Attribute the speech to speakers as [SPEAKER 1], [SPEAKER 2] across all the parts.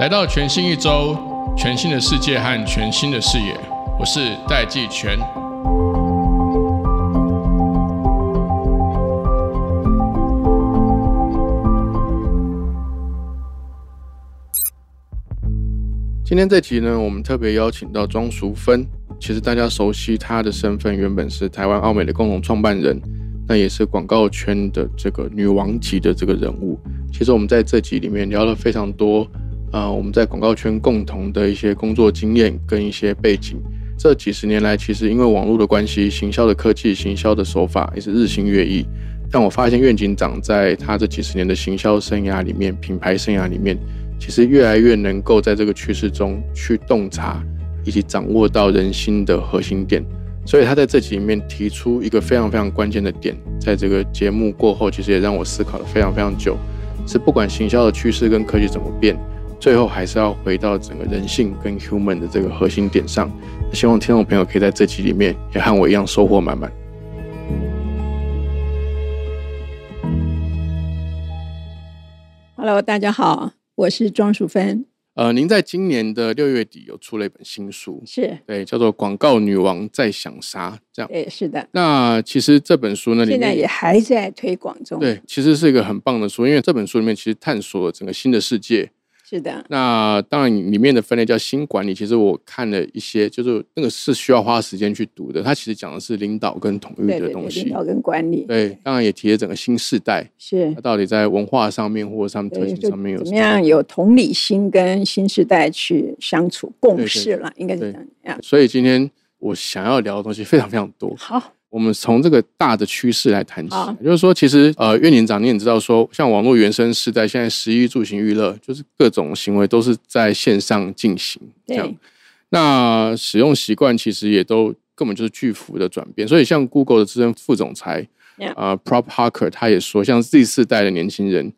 [SPEAKER 1] 来到全新一周，全新的世界和全新的视野，我是戴季全。今天这集呢，我们特别邀请到庄淑芬。其实大家熟悉她的身份，原本是台湾奥美的共同创办人，那也是广告圈的这个女王级的这个人物。其实我们在这集里面聊了非常多，呃，我们在广告圈共同的一些工作经验跟一些背景。这几十年来，其实因为网络的关系，行销的科技、行销的手法也是日新月异。但我发现苑警长在他这几十年的行销生涯里面、品牌生涯里面，其实越来越能够在这个趋势中去洞察。以及掌握到人心的核心点，所以他在这集里面提出一个非常非常关键的点，在这个节目过后，其实也让我思考了非常非常久，是不管行销的趋势跟科技怎么变，最后还是要回到整个人性跟 human 的这个核心点上。希望听众朋友可以在这集里面也和我一样收获满满。
[SPEAKER 2] Hello，大家好，我是庄淑芬。
[SPEAKER 1] 呃，您在今年的六月底有出了一本新书，
[SPEAKER 2] 是
[SPEAKER 1] 对，叫做《广告女王在想啥》这样。
[SPEAKER 2] 对，是的，
[SPEAKER 1] 那其实这本书呢，里
[SPEAKER 2] 现在
[SPEAKER 1] 面
[SPEAKER 2] 也还在推广中。，
[SPEAKER 1] 对，其实是一个很棒的书，因为这本书里面其实探索了整个新的世界。
[SPEAKER 2] 是的，
[SPEAKER 1] 那当然，里面的分类叫新管理。其实我看了一些，就是那个是需要花时间去读的。它其实讲的是领导跟统御
[SPEAKER 2] 对
[SPEAKER 1] 的
[SPEAKER 2] 对对，
[SPEAKER 1] 东
[SPEAKER 2] 领
[SPEAKER 1] 西。
[SPEAKER 2] 导跟管理
[SPEAKER 1] 对，当然也提了整个新时代，
[SPEAKER 2] 是
[SPEAKER 1] 它。到底在文化上面或者他们特
[SPEAKER 2] 对，
[SPEAKER 1] 性
[SPEAKER 2] 就
[SPEAKER 1] 上面有
[SPEAKER 2] 怎
[SPEAKER 1] 什
[SPEAKER 2] 么样有同理心跟新时代去相处共
[SPEAKER 1] 对
[SPEAKER 2] 事了，应该
[SPEAKER 1] 对
[SPEAKER 2] 是这样样。
[SPEAKER 1] 所以今天我想要聊的东西非常非常多。
[SPEAKER 2] 好，
[SPEAKER 1] 我们从这个大的趋势来谈起
[SPEAKER 2] 好，
[SPEAKER 1] 就是说，其实呃，岳年长你也知道说，像网络原生世代，现在十一住行娱乐，就是各种行为都是在线上进行，这样
[SPEAKER 2] 对。
[SPEAKER 1] 那使用习惯其实也都根本就是巨幅的转变，所以像 Google 的资深副总裁
[SPEAKER 2] Yeah
[SPEAKER 1] 呃 Prop Harker 他也说，像 Z 世代的年轻人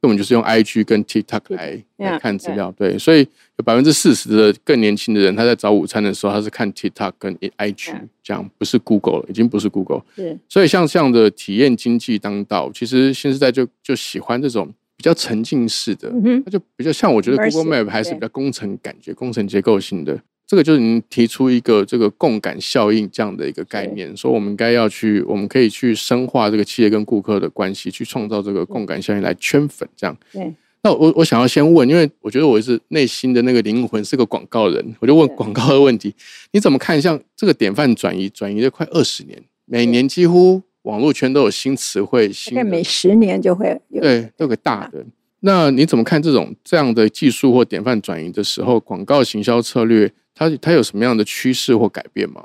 [SPEAKER 1] 根本就是用 IG 跟 TikTok 来
[SPEAKER 2] Yeah，
[SPEAKER 1] 来看资料，对，所以有百分之四十的更年轻的人，他在找午餐的时候，他是看 TikTok 跟 IG，
[SPEAKER 2] Yeah
[SPEAKER 1] 这样不是 Google 了，已经不是 Google。
[SPEAKER 2] 是
[SPEAKER 1] 所以像这样的体验经济当道，其实新时代就就喜欢这种比较沉浸式的，
[SPEAKER 2] 嗯哼
[SPEAKER 1] 它就比较像我觉得
[SPEAKER 2] Immersive，
[SPEAKER 1] Google Map 还是
[SPEAKER 2] 对
[SPEAKER 1] 比较工程感觉、工程结构性的。这个就是您提出一个这个共感效应这样的一个概念，说我们应该要去，我们可以去深化这个企业跟顾客的关系，去创造这个共感效应来圈粉这样。
[SPEAKER 2] 对
[SPEAKER 1] 那我我想要先问，因为我觉得我是内心的那个灵魂是个广告人，我就问
[SPEAKER 2] 对
[SPEAKER 1] 广告的问题，你怎么看？像这个典范转移，转移了快二十年，每年几乎网络圈都有新词汇，
[SPEAKER 2] 大
[SPEAKER 1] 新
[SPEAKER 2] 概
[SPEAKER 1] 的
[SPEAKER 2] 每十年就会有
[SPEAKER 1] 对都有个
[SPEAKER 2] 啊
[SPEAKER 1] 大的。那你怎么看这种这样的技术或典范转移的时候，广告行销策略它它有什么样的趋势或改变吗？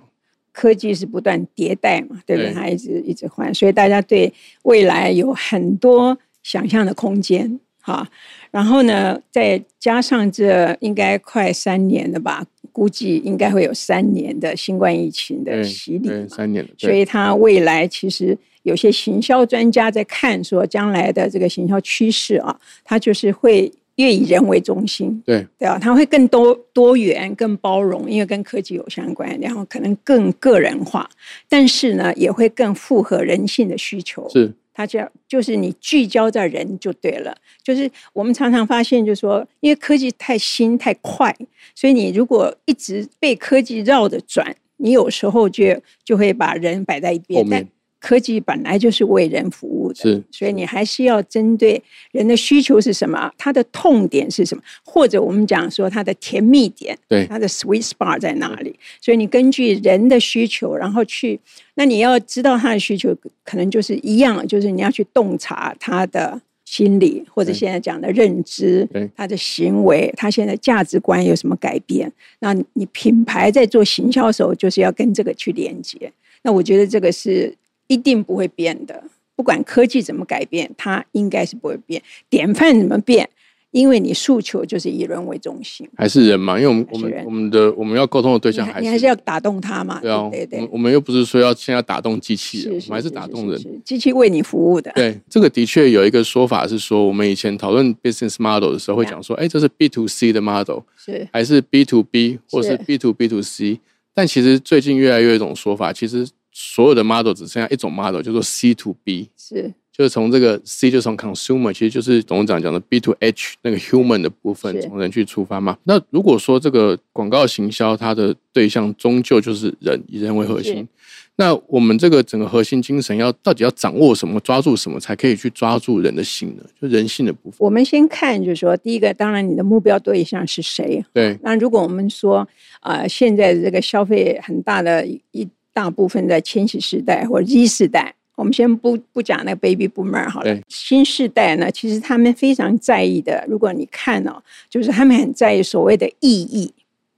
[SPEAKER 2] 科技是不断迭代嘛，对不对？
[SPEAKER 1] 对
[SPEAKER 2] 它一直一直换，所以大家对未来有很多想象的空间哈。然后呢，再加上这应该快三年了吧，估计应该会有三年的新冠疫情的
[SPEAKER 1] 对
[SPEAKER 2] 洗礼
[SPEAKER 1] 对，
[SPEAKER 2] 嘛
[SPEAKER 1] 三年了，
[SPEAKER 2] 所
[SPEAKER 1] 对
[SPEAKER 2] 以它未来其实有些行销专家在看说将来的这个行销趋势啊，它就是会越以人为中心，
[SPEAKER 1] 对
[SPEAKER 2] 对啊，它会更多多元、更包容，因为跟科技有相关，然后可能更个人化，但是呢，也会更符合人性的需求。
[SPEAKER 1] 是
[SPEAKER 2] 它就要就是你聚焦在人就对了。就是我们常常发现，就是说，因为科技太新太快，所以你如果一直被科技绕着转，你有时候就就会把人摆在一
[SPEAKER 1] 后
[SPEAKER 2] 边。
[SPEAKER 1] 面
[SPEAKER 2] 但科技本来就是为人服务的，
[SPEAKER 1] 是
[SPEAKER 2] 所以你还是要针对人的需求是什么，他的痛点是什么，或者我们讲说他的甜蜜点，
[SPEAKER 1] 对
[SPEAKER 2] 它的 sweet spot 在哪里？所以你根据人的需求，然后去，那你要知道他的需求，可能就是一样，就是你要去洞察他的心理，或者
[SPEAKER 1] 对
[SPEAKER 2] 现在讲的认知
[SPEAKER 1] 对，
[SPEAKER 2] 他的行为，他现在价值观有什么改变？那你品牌在做行销的时候，就是要跟这个去连接。那我觉得这个是一定不会变的，不管科技怎么改变，它应该是不会变。典范怎么变？因为你诉求就是以人为中心。
[SPEAKER 1] 还是人嘛？因为我们
[SPEAKER 2] 还
[SPEAKER 1] 我
[SPEAKER 2] 是
[SPEAKER 1] 们
[SPEAKER 2] 人
[SPEAKER 1] 我们的我们要沟通的对
[SPEAKER 2] 你
[SPEAKER 1] 象
[SPEAKER 2] 还
[SPEAKER 1] 还
[SPEAKER 2] 你
[SPEAKER 1] 是
[SPEAKER 2] 还是要打动他嘛，
[SPEAKER 1] 对啊，
[SPEAKER 2] 对
[SPEAKER 1] 我
[SPEAKER 2] 对
[SPEAKER 1] 们，我们又不是说要现在打动机器人，
[SPEAKER 2] 是
[SPEAKER 1] 我们还是打动人。，
[SPEAKER 2] 机器为你服务的，
[SPEAKER 1] 对，这个的确有一个说法是说，我们以前讨论 business model 的时候会讲说，哎，这是 B to C 的 model，
[SPEAKER 2] 是
[SPEAKER 1] 还是 B to B，或是
[SPEAKER 2] 是
[SPEAKER 1] B to B to C。但其实最近越来越有一种说法，其实所有的 model 只剩下一种 model，叫做 C to B，
[SPEAKER 2] 是
[SPEAKER 1] 就是从这个 C 就从 consumer，其实就是董事长讲的 B to H 那个 human 的部分，
[SPEAKER 2] 是
[SPEAKER 1] 从人去出发嘛。那如果说这个广告行销它的对象终究就是人，以人为核心
[SPEAKER 2] 是，
[SPEAKER 1] 那我们这个整个核心精神要到底要掌握什么，抓住什么，才可以去抓住人的心呢？就人性的部分。
[SPEAKER 2] 我们先看，就是说，第一个，当然你的目标对象是谁。
[SPEAKER 1] 对，
[SPEAKER 2] 那如果我们说，呃，现在这个消费很大的一一大部分在千禧世代或 Z 世代，我们先不不讲那个 baby boomer 好了
[SPEAKER 1] 对。
[SPEAKER 2] 新世代呢，其实他们非常在意的，如果你看哦，就是他们很在意所谓的意义，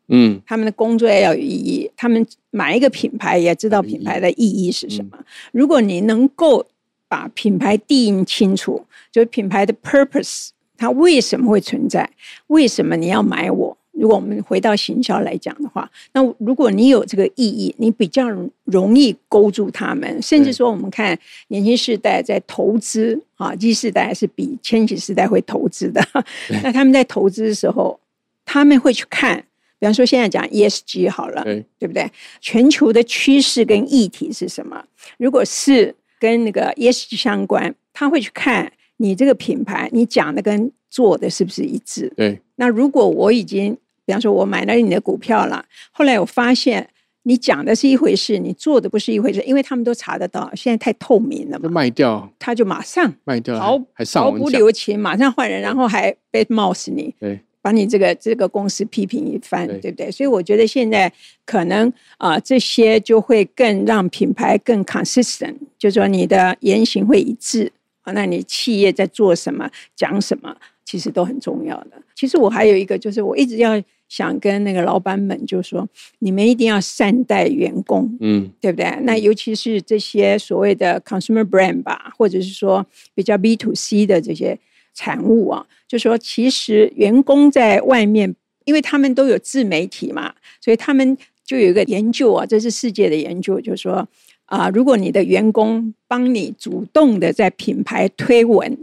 [SPEAKER 1] 嗯，
[SPEAKER 2] 他们的工作也要有意义，他们买一个品牌也知道品牌的意义是什么。如果你能够把品牌定义清楚，就是品牌的 purpose，它为什么会存在，为什么你要买我？如果我们回到行销来讲的话，那如果你有这个意义，你比较容易勾住他们，甚至
[SPEAKER 1] 对
[SPEAKER 2] 说我们看年轻世代在投资啊，Z 世代还是比千禧世代会投资的。 那他们在投资的时候，他们会去看，比方说现在讲 ESG 好了，
[SPEAKER 1] 对，
[SPEAKER 2] 对不对？全球的趋势跟议题是什么？如果是跟那个 ESG 相关，他会去看你这个品牌，你讲的跟做的是不是一致？
[SPEAKER 1] 对，
[SPEAKER 2] 那如果我已经，比方说我买了你的股票了，后来我发现你讲的是一回事，你做的不是一回事，因为他们都查得到，现在太透明了
[SPEAKER 1] 就
[SPEAKER 2] 嘛，
[SPEAKER 1] 卖掉，
[SPEAKER 2] 他就马上
[SPEAKER 1] 卖掉，还
[SPEAKER 2] 毫
[SPEAKER 1] 啊还上
[SPEAKER 2] 毫
[SPEAKER 1] 网
[SPEAKER 2] 不
[SPEAKER 1] 讲，
[SPEAKER 2] 留情，马上换人，然后还被冒死你，
[SPEAKER 1] 对，
[SPEAKER 2] 把你这个这个公司批评一番，
[SPEAKER 1] 对
[SPEAKER 2] 对不对？所以我觉得现在可能啊、这些就会更让品牌更 consistent，就是说你的言行会一致啊。那你企业在做什么、讲什么，其实都很重要的。其实我还有一个，就是我一直要想跟那个老板们，就是说你们一定要善待员工，
[SPEAKER 1] 嗯，
[SPEAKER 2] 对不对？那尤其是这些所谓的 consumer brand 吧，或者是说比较 B to C 的这些产物啊，就说其实员工在外面，因为他们都有自媒体嘛，所以他们就有一个研究啊，这是世界的研究，就是说啊、如果你的员工帮你主动的在品牌推文，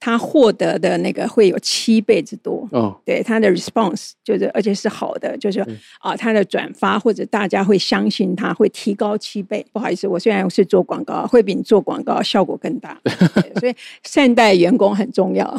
[SPEAKER 2] 他获得的那个会有七倍之多。
[SPEAKER 1] 哦，
[SPEAKER 2] 对他的 response 就是，而且是好的，就是
[SPEAKER 1] 对
[SPEAKER 2] 啊，他的转发或者大家会相信他，会提高七倍。不好意思，我虽然是做广告，会比你做广告效果更大，对所以善待员工很重要。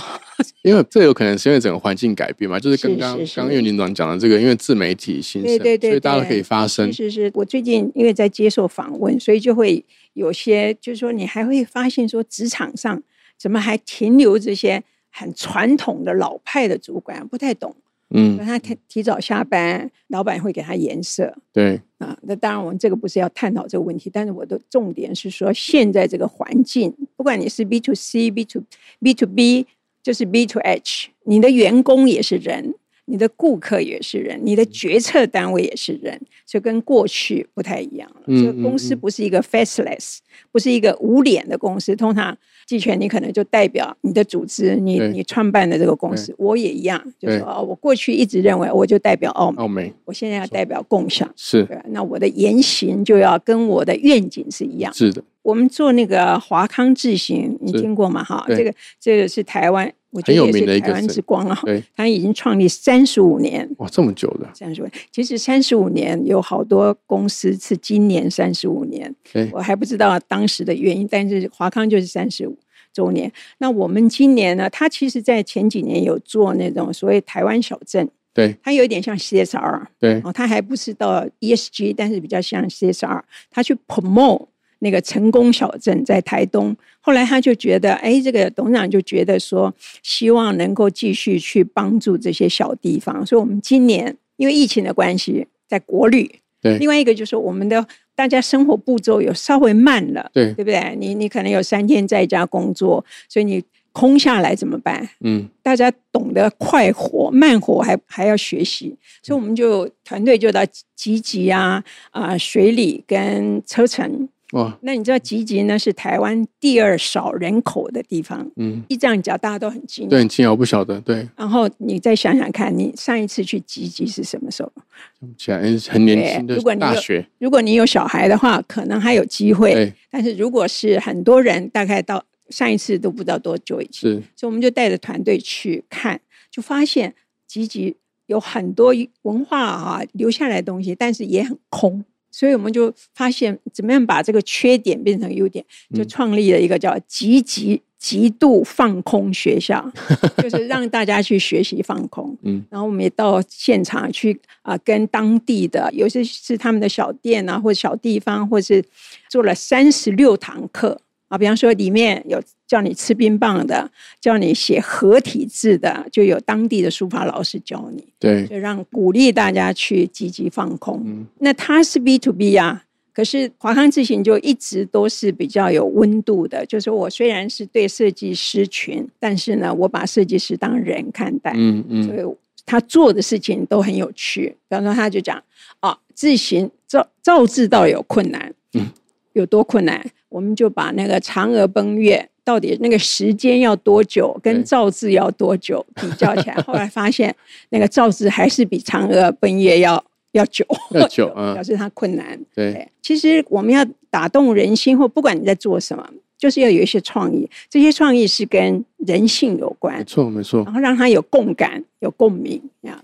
[SPEAKER 1] 因为这有可能是因为整个环境改变嘛，就是刚刚
[SPEAKER 2] 是是是
[SPEAKER 1] 刚刚院领长讲的这个，因为自媒体兴盛，
[SPEAKER 2] 对对对
[SPEAKER 1] 所以大家都
[SPEAKER 2] 对
[SPEAKER 1] 可以发声
[SPEAKER 2] 是，是是，我最近因为在接受访问，所以就会有些，就是说你还会发现说，职场上怎么还停留这些很传统的老派的主管，不太懂。
[SPEAKER 1] 嗯，
[SPEAKER 2] 他提提早下班，老板会给他颜色，
[SPEAKER 1] 对，
[SPEAKER 2] 啊，那当然，我们这个不是要探讨这个问题，但是我的重点是说，现在这个环境，不管你是 B to C、B to B to B，就是 B to H，你的员工也是人，你的顾客也是人，你
[SPEAKER 1] 嗯
[SPEAKER 2] 的决策单位也是人，所以跟过去不太一样了。
[SPEAKER 1] 嗯
[SPEAKER 2] 所以公司
[SPEAKER 1] 嗯嗯
[SPEAKER 2] 不是一个 faceless，不是一个无脸的公司，通常季权你可能就代表你的组织，你
[SPEAKER 1] 对
[SPEAKER 2] 你创办的这个公司，我也一样，就是
[SPEAKER 1] 对哦
[SPEAKER 2] 说，哦，我过去一直认为我就代表澳门，
[SPEAKER 1] 澳美
[SPEAKER 2] 我现在要代表共享。
[SPEAKER 1] 是
[SPEAKER 2] 对，那我的言行就要跟我的愿景是一样。
[SPEAKER 1] 是的，
[SPEAKER 2] 我们做那个华康智行，你
[SPEAKER 1] 是
[SPEAKER 2] 听过吗？哈，
[SPEAKER 1] 对
[SPEAKER 2] 这个这个是台湾，我觉
[SPEAKER 1] 很有
[SPEAKER 2] 得也
[SPEAKER 1] 名的一
[SPEAKER 2] 是
[SPEAKER 1] 个
[SPEAKER 2] 台湾
[SPEAKER 1] 是
[SPEAKER 2] 之光啊。
[SPEAKER 1] 对，
[SPEAKER 2] 它已经创立三十五年，
[SPEAKER 1] 哇，这么久的，
[SPEAKER 2] 三十五，其实三十五年有好多公司是今年三十五年
[SPEAKER 1] 对，
[SPEAKER 2] 我还不知道当时的原因，但是华康就是三十五周年。那我们今年呢，它其实在前几年有做那种所谓台湾小镇，
[SPEAKER 1] 对
[SPEAKER 2] 它有一点像 CSR，
[SPEAKER 1] 对，
[SPEAKER 2] 哦，他还不是到 ESG，但是比较像 CSR，他去 promote 那个成功小镇在台东。后来他就觉得，哎，这个董事长就觉得说，希望能够继续去帮助这些小地方。所以，我们今年因为疫情的关系，在国旅，
[SPEAKER 1] 对
[SPEAKER 2] 另外一个就是我们的大家生活步骤有稍微慢了，
[SPEAKER 1] 对，
[SPEAKER 2] 对不对？你你可能有三天在家工作，所以你空下来怎么办？
[SPEAKER 1] 嗯，
[SPEAKER 2] 大家懂得快活、慢活还还要学习，所以我们就团队就到集集啊啊、水里跟车城。
[SPEAKER 1] 哇，
[SPEAKER 2] 那你知道集集呢是台湾第二少人口的地方，
[SPEAKER 1] 嗯，
[SPEAKER 2] 一这样讲大家都很惊
[SPEAKER 1] 对，
[SPEAKER 2] 讶。
[SPEAKER 1] 很惊讶，我不晓得，对，
[SPEAKER 2] 然后你再想想看，你上一次去集集是什么时候？
[SPEAKER 1] 想不起来嗯很年轻的
[SPEAKER 2] 对如果你有
[SPEAKER 1] 大学，
[SPEAKER 2] 如果你有小孩的话，可能还有机会。
[SPEAKER 1] 对，
[SPEAKER 2] 但是如果是很多人，大概到上一次都不知道多久以前。
[SPEAKER 1] 是，
[SPEAKER 2] 所以我们就带着团队去看，就发现集集有很多文化啊留下来的东西，但是也很空。所以我们就发现怎么样把这个缺点变成优点，就创立了一个叫“极极极度放空学校”， 就是让大家去学习放空。
[SPEAKER 1] 嗯，
[SPEAKER 2] 然后我们也到现场去啊、跟当地的有些是他们的小店啊，或者小地方，或是做了三十六堂课啊。比方说，里面有叫你吃冰棒的，叫你写合体字的，就有当地的书法老师教你。
[SPEAKER 1] 对，
[SPEAKER 2] 就让鼓励大家去积极放空。
[SPEAKER 1] 嗯
[SPEAKER 2] 那它是 B to B 啊，可是华康自行就一直都是比较有温度的。就是我虽然是对设计师群，但是呢，我把设计师当人看待，
[SPEAKER 1] 嗯嗯
[SPEAKER 2] 所以他做的事情都很有趣。比方说，他就讲啊，自行造造制到有困难，
[SPEAKER 1] 嗯，
[SPEAKER 2] 有多困难，我们就把那个嫦娥奔月。到底那个时间要多久，
[SPEAKER 1] 对
[SPEAKER 2] 跟造字要多久比较起来？后来发现那个造字还是比嫦娥奔月要要久，
[SPEAKER 1] 要久 啊
[SPEAKER 2] 表示它困难。
[SPEAKER 1] 对，
[SPEAKER 2] 对，其实我们要打动人心，或不管你在做什么，就是要有一些创意。这些创意是跟人性有关
[SPEAKER 1] 没，错没错
[SPEAKER 2] 然。后让他有共感、有共鸣这样。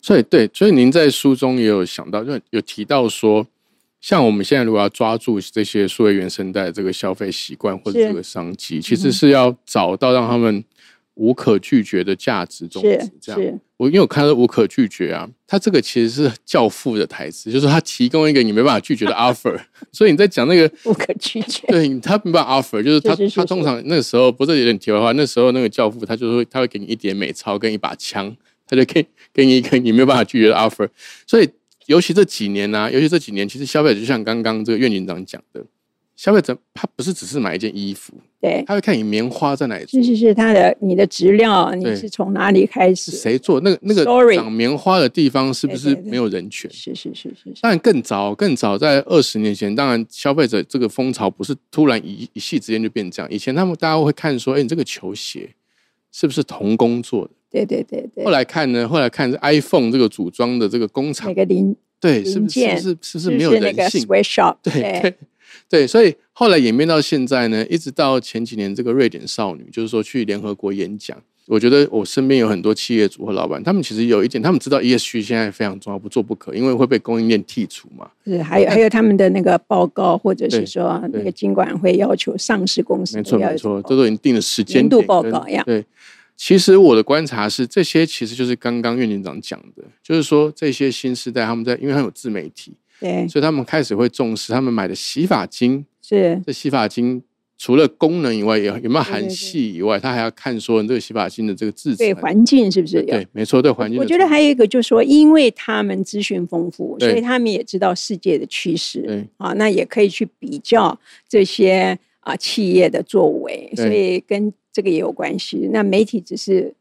[SPEAKER 1] 所以对，所以您在书中也有想到，就有提到说，像我们现在如果要抓住这些数位原生代的这个消费习惯或者
[SPEAKER 2] 是嗯
[SPEAKER 1] 这个商机，其实是要找到让他们无可拒绝的价值种
[SPEAKER 2] 是
[SPEAKER 1] 子。这样，
[SPEAKER 2] 是，
[SPEAKER 1] 我因为我看到无可拒绝啊，它这个其实是教父的台词，就是他提供一个你没办法拒 绝的 offer，所以你在讲那个。
[SPEAKER 2] 不可拒绝。
[SPEAKER 1] 对他没办法 offer，就是他
[SPEAKER 2] 是是是
[SPEAKER 1] 他通常那个时候不是有点题外话，那时候那个教父他就会他会给你一点美钞跟一把枪， 他就给给你一个你没有办法拒绝的 offer。所以尤其这几年啊呢、尤其这几年，其实消费者就像刚刚这个院警长讲的，消费者他不是只是买一件衣服，
[SPEAKER 2] 对，
[SPEAKER 1] 他会看你棉花在哪里做
[SPEAKER 2] 是，是是，他的你的质量，你
[SPEAKER 1] 对
[SPEAKER 2] 是从哪里开
[SPEAKER 1] 是
[SPEAKER 2] 始？
[SPEAKER 1] 谁做那个那个
[SPEAKER 2] Sorry
[SPEAKER 1] 长棉花的地方是不是
[SPEAKER 2] 对对对
[SPEAKER 1] 没有人权？
[SPEAKER 2] 是是是是是，
[SPEAKER 1] 当然更早，更早在二十年前，当然消费者这个风潮不是突然一一夕之间就变这样。以前他们大家会看说，哎、你这个球鞋是不是童工做的？
[SPEAKER 2] 对对对对
[SPEAKER 1] 后。来看呢，后来看是 iPhone 这个组装的这个工厂
[SPEAKER 2] 每，个零
[SPEAKER 1] 对，是不是是
[SPEAKER 2] 零件
[SPEAKER 1] 不是是不
[SPEAKER 2] 就是
[SPEAKER 1] 没有
[SPEAKER 2] 那
[SPEAKER 1] 人
[SPEAKER 2] 个
[SPEAKER 1] 性？
[SPEAKER 2] sweatshop，
[SPEAKER 1] 对对对，所以后来演变到现在呢，一直到前几年这个瑞典少女，就是说去联合国演讲。我觉得我身边有很多企业主和老板，他们其实有一点，他们知道 ESG 现在非常重要，不做不可，因为会被供应链剔除嘛。
[SPEAKER 2] 是还有还有他们的那个报告，或者
[SPEAKER 1] 对
[SPEAKER 2] 是说那
[SPEAKER 1] 对
[SPEAKER 2] 个经管会要求上市公司
[SPEAKER 1] 没错
[SPEAKER 2] 都要
[SPEAKER 1] 没
[SPEAKER 2] 有
[SPEAKER 1] 错，
[SPEAKER 2] 报
[SPEAKER 1] 这都已经定了时间
[SPEAKER 2] 哦年度
[SPEAKER 1] 点
[SPEAKER 2] 报
[SPEAKER 1] 跟
[SPEAKER 2] 告呀
[SPEAKER 1] 对，其实我的观察是，这些其实就是刚刚院警长讲的，就是说这些新时代他们在，因为他们有自媒体，
[SPEAKER 2] 对
[SPEAKER 1] 所以他们开始会重视他们买的洗发精。
[SPEAKER 2] 是
[SPEAKER 1] 这洗发精除了功能以外，有有没有
[SPEAKER 2] 对
[SPEAKER 1] 含
[SPEAKER 2] 对
[SPEAKER 1] 细以外，他还要看说你这个洗发精的这个制成
[SPEAKER 2] 对。环境是不是有
[SPEAKER 1] 对，没错，对环境的
[SPEAKER 2] 我
[SPEAKER 1] 重视。
[SPEAKER 2] 觉得还有一个就是说，因为他们资讯丰富，
[SPEAKER 1] 对
[SPEAKER 2] 所以他们也知道世界的趋势
[SPEAKER 1] 对，
[SPEAKER 2] 啊，那也可以去比较这些啊、企业的作为，
[SPEAKER 1] 对
[SPEAKER 2] 所以跟这个也有关系。那媒体只是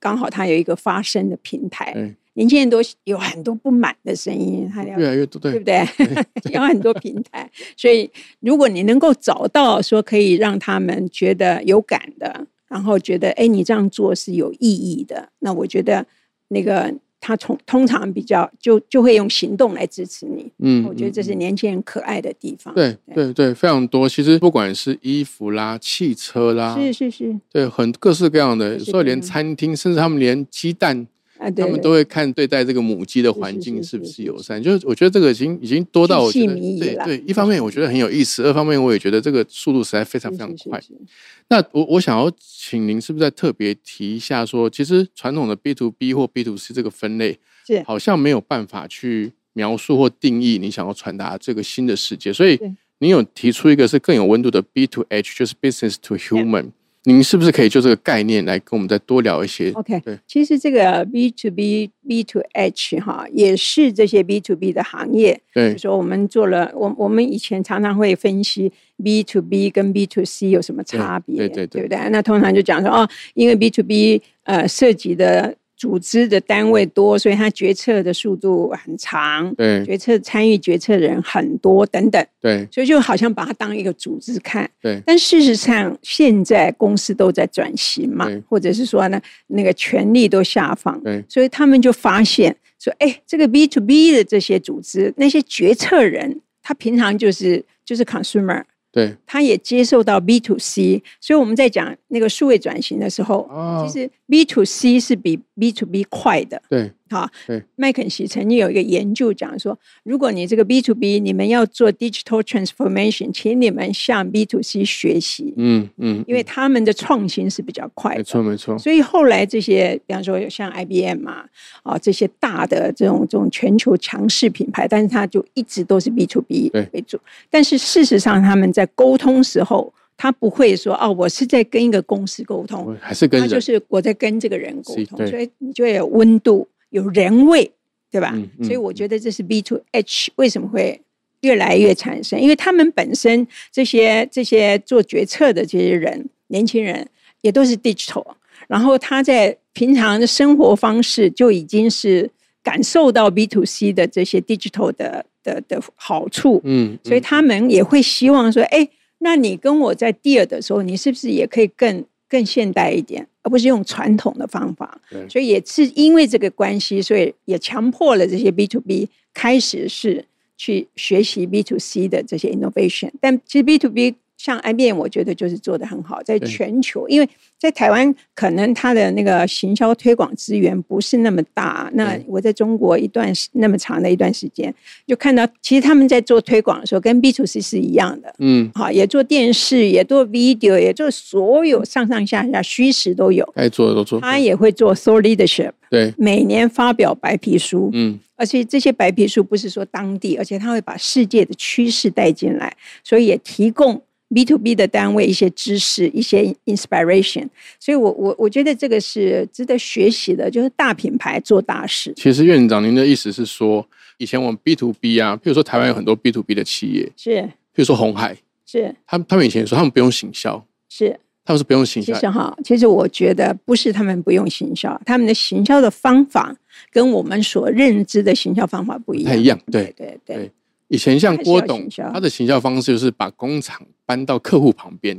[SPEAKER 2] 刚好它有一个发声的平
[SPEAKER 1] 对
[SPEAKER 2] 台，年轻人都有很多不满的声音，他要
[SPEAKER 1] 越来越多，
[SPEAKER 2] 对
[SPEAKER 1] 对
[SPEAKER 2] 不对？ 有很多平台，所以如果你能够找到说可以让他们觉得有感的，然后觉得哎，诶你这样做是有意义的，那我觉得那个他从通常比较就就会用行动来支持你。
[SPEAKER 1] 嗯，
[SPEAKER 2] 我觉得
[SPEAKER 1] 嗯
[SPEAKER 2] 这是年轻人可爱的地方。
[SPEAKER 1] 对对对，非常多。其实不管是衣服啦、汽车啦，
[SPEAKER 2] 是是是
[SPEAKER 1] 对，很各式各样的，
[SPEAKER 2] 各
[SPEAKER 1] 有
[SPEAKER 2] 式
[SPEAKER 1] 时候
[SPEAKER 2] 各
[SPEAKER 1] 连
[SPEAKER 2] 样
[SPEAKER 1] 餐厅，甚至他们连鸡蛋，
[SPEAKER 2] 啊，对，
[SPEAKER 1] 他们都会看对待这个母鸡的环境
[SPEAKER 2] 是是
[SPEAKER 1] 是不
[SPEAKER 2] 是
[SPEAKER 1] 是
[SPEAKER 2] 是
[SPEAKER 1] 友善。就是我觉得这个已经已经多到我
[SPEAKER 2] 巨
[SPEAKER 1] 觉
[SPEAKER 2] 细
[SPEAKER 1] 得
[SPEAKER 2] 靡遗
[SPEAKER 1] 对
[SPEAKER 2] 啦
[SPEAKER 1] 对，一方面我觉得很有意思，二方面我也觉得这个速度实在非常非常快。
[SPEAKER 2] 是是是是
[SPEAKER 1] 那我我想要请您是不是再特别提一下说，其实传统的 B to B 或 B to C 这个分类
[SPEAKER 2] 是
[SPEAKER 1] 好像没有办法去描述或定义你想要传达这个新的世界，所以
[SPEAKER 2] 对
[SPEAKER 1] 你有提出一个是更有温度的 B to H，就是 business to human。您是不是可以就这个概念来跟我们再多聊一些？
[SPEAKER 2] OK，
[SPEAKER 1] 对
[SPEAKER 2] 其实这个 B to B、B to H 哈，也是这些 B to B 的行业，比
[SPEAKER 1] 对
[SPEAKER 2] 如，说我们做了，我我们以前常常会分析 B to B 跟 B to C 有什么差别，
[SPEAKER 1] 对对对
[SPEAKER 2] 不对？那通常就讲说哦，因为 B to B 呃涉及的组织的单位多，所以它决策的速度很长，
[SPEAKER 1] 对，
[SPEAKER 2] 决策参与决策人很多等等，
[SPEAKER 1] 对，
[SPEAKER 2] 所以就好像把它当一个组织看。
[SPEAKER 1] 对，
[SPEAKER 2] 但事实上，现在公司都在转型嘛
[SPEAKER 1] 对，
[SPEAKER 2] 或者是说呢，那个权力都下放
[SPEAKER 1] 对，
[SPEAKER 2] 所以他们就发现说，哎，这个 B to B 的这些组织，那些决策人，他平常就是就是 consumer，
[SPEAKER 1] 对，
[SPEAKER 2] 他也接受到 B to C，所以我们在讲那个数位转型的时候，
[SPEAKER 1] 哦
[SPEAKER 2] 其实 B to C 是比 B to B 快的。
[SPEAKER 1] 对，
[SPEAKER 2] 哈
[SPEAKER 1] 对，
[SPEAKER 2] 麦肯锡曾经有一个研究讲说，如果你这个 B to B，你们要做 digital transformation，请你们向 B to C 学习，
[SPEAKER 1] 嗯嗯，
[SPEAKER 2] 因为他们的创新是比较快
[SPEAKER 1] 没
[SPEAKER 2] 的。
[SPEAKER 1] 错没错，
[SPEAKER 2] 所以后来这些，比方说有像 IBM 啊，啊这些大的这种这种全球强势品牌，但是它就一直都是 B to B
[SPEAKER 1] 对
[SPEAKER 2] 为主。但是事实上，他们在沟通时候，他不会说哦，我是在跟一个公司沟通，
[SPEAKER 1] 还是跟
[SPEAKER 2] 他
[SPEAKER 1] 人
[SPEAKER 2] 就是我在跟这个人沟
[SPEAKER 1] 是
[SPEAKER 2] 通，
[SPEAKER 1] 对
[SPEAKER 2] 所以你就要有温度，有人味，对吧？
[SPEAKER 1] 嗯嗯
[SPEAKER 2] 所以我觉得这是 B to H 为什么会。越来越产生，因为他们本身这些这些做决策的这些人，年轻人也都是 digital，然后他在平常的生活方式就已经是感受到 B to C 的这些 digital 的的的好处，
[SPEAKER 1] 嗯，
[SPEAKER 2] 所以
[SPEAKER 1] 嗯
[SPEAKER 2] 他们也会希望说，哎，那你跟我在 deal 的时候，你是不是也可以更更现代一点，而不是用传统的方法
[SPEAKER 1] 对？
[SPEAKER 2] 所以也是因为这个关系，所以也强迫了这些 B to B 开始是去学习 B to C 的这些 innovation。但其实 B to B 像 IBM，我觉得就是做得很好，在
[SPEAKER 1] 对
[SPEAKER 2] 全球，因为在台湾可能它的那个行销推广资源不是那么大。那
[SPEAKER 1] 对
[SPEAKER 2] 我在中国一段时那么长的一段时间，就看到其实他们在做推广的时候，跟 B to C 是一样的。
[SPEAKER 1] 嗯，
[SPEAKER 2] 好，也做电视，也做 video，也做所
[SPEAKER 1] 嗯
[SPEAKER 2] 有上上下下虚实都有。
[SPEAKER 1] 该做的都做，
[SPEAKER 2] 他也会做 thought leadership，
[SPEAKER 1] 对，
[SPEAKER 2] 每年发表白皮书。
[SPEAKER 1] 嗯，
[SPEAKER 2] 而且这些白皮书不是说当地，而且它会把世界的趋势带进来，所以也提供 B to B 的单位一些知识、一些 inspiration。所以我我我觉得这个是值得学习的，就是大品牌做大事。
[SPEAKER 1] 其实院长您的意思是说，以前我们 B to B 啊，譬如说台湾有很多 B to B 的企业，
[SPEAKER 2] 是
[SPEAKER 1] 譬如说红海，
[SPEAKER 2] 是
[SPEAKER 1] 他们他们以前说他们不用行销，
[SPEAKER 2] 是，
[SPEAKER 1] 他们是不用行
[SPEAKER 2] 其
[SPEAKER 1] 销，
[SPEAKER 2] 实哈，其实我觉得不是他们不用行销，他们的行销的方法跟我们所认知的行销方法不
[SPEAKER 1] 不
[SPEAKER 2] 一
[SPEAKER 1] 太
[SPEAKER 2] 样。
[SPEAKER 1] 一样，对。
[SPEAKER 2] 对对
[SPEAKER 1] 对以前像郭董
[SPEAKER 2] 还是要行，销
[SPEAKER 1] 他的行销方式就是把工厂搬到客户旁边，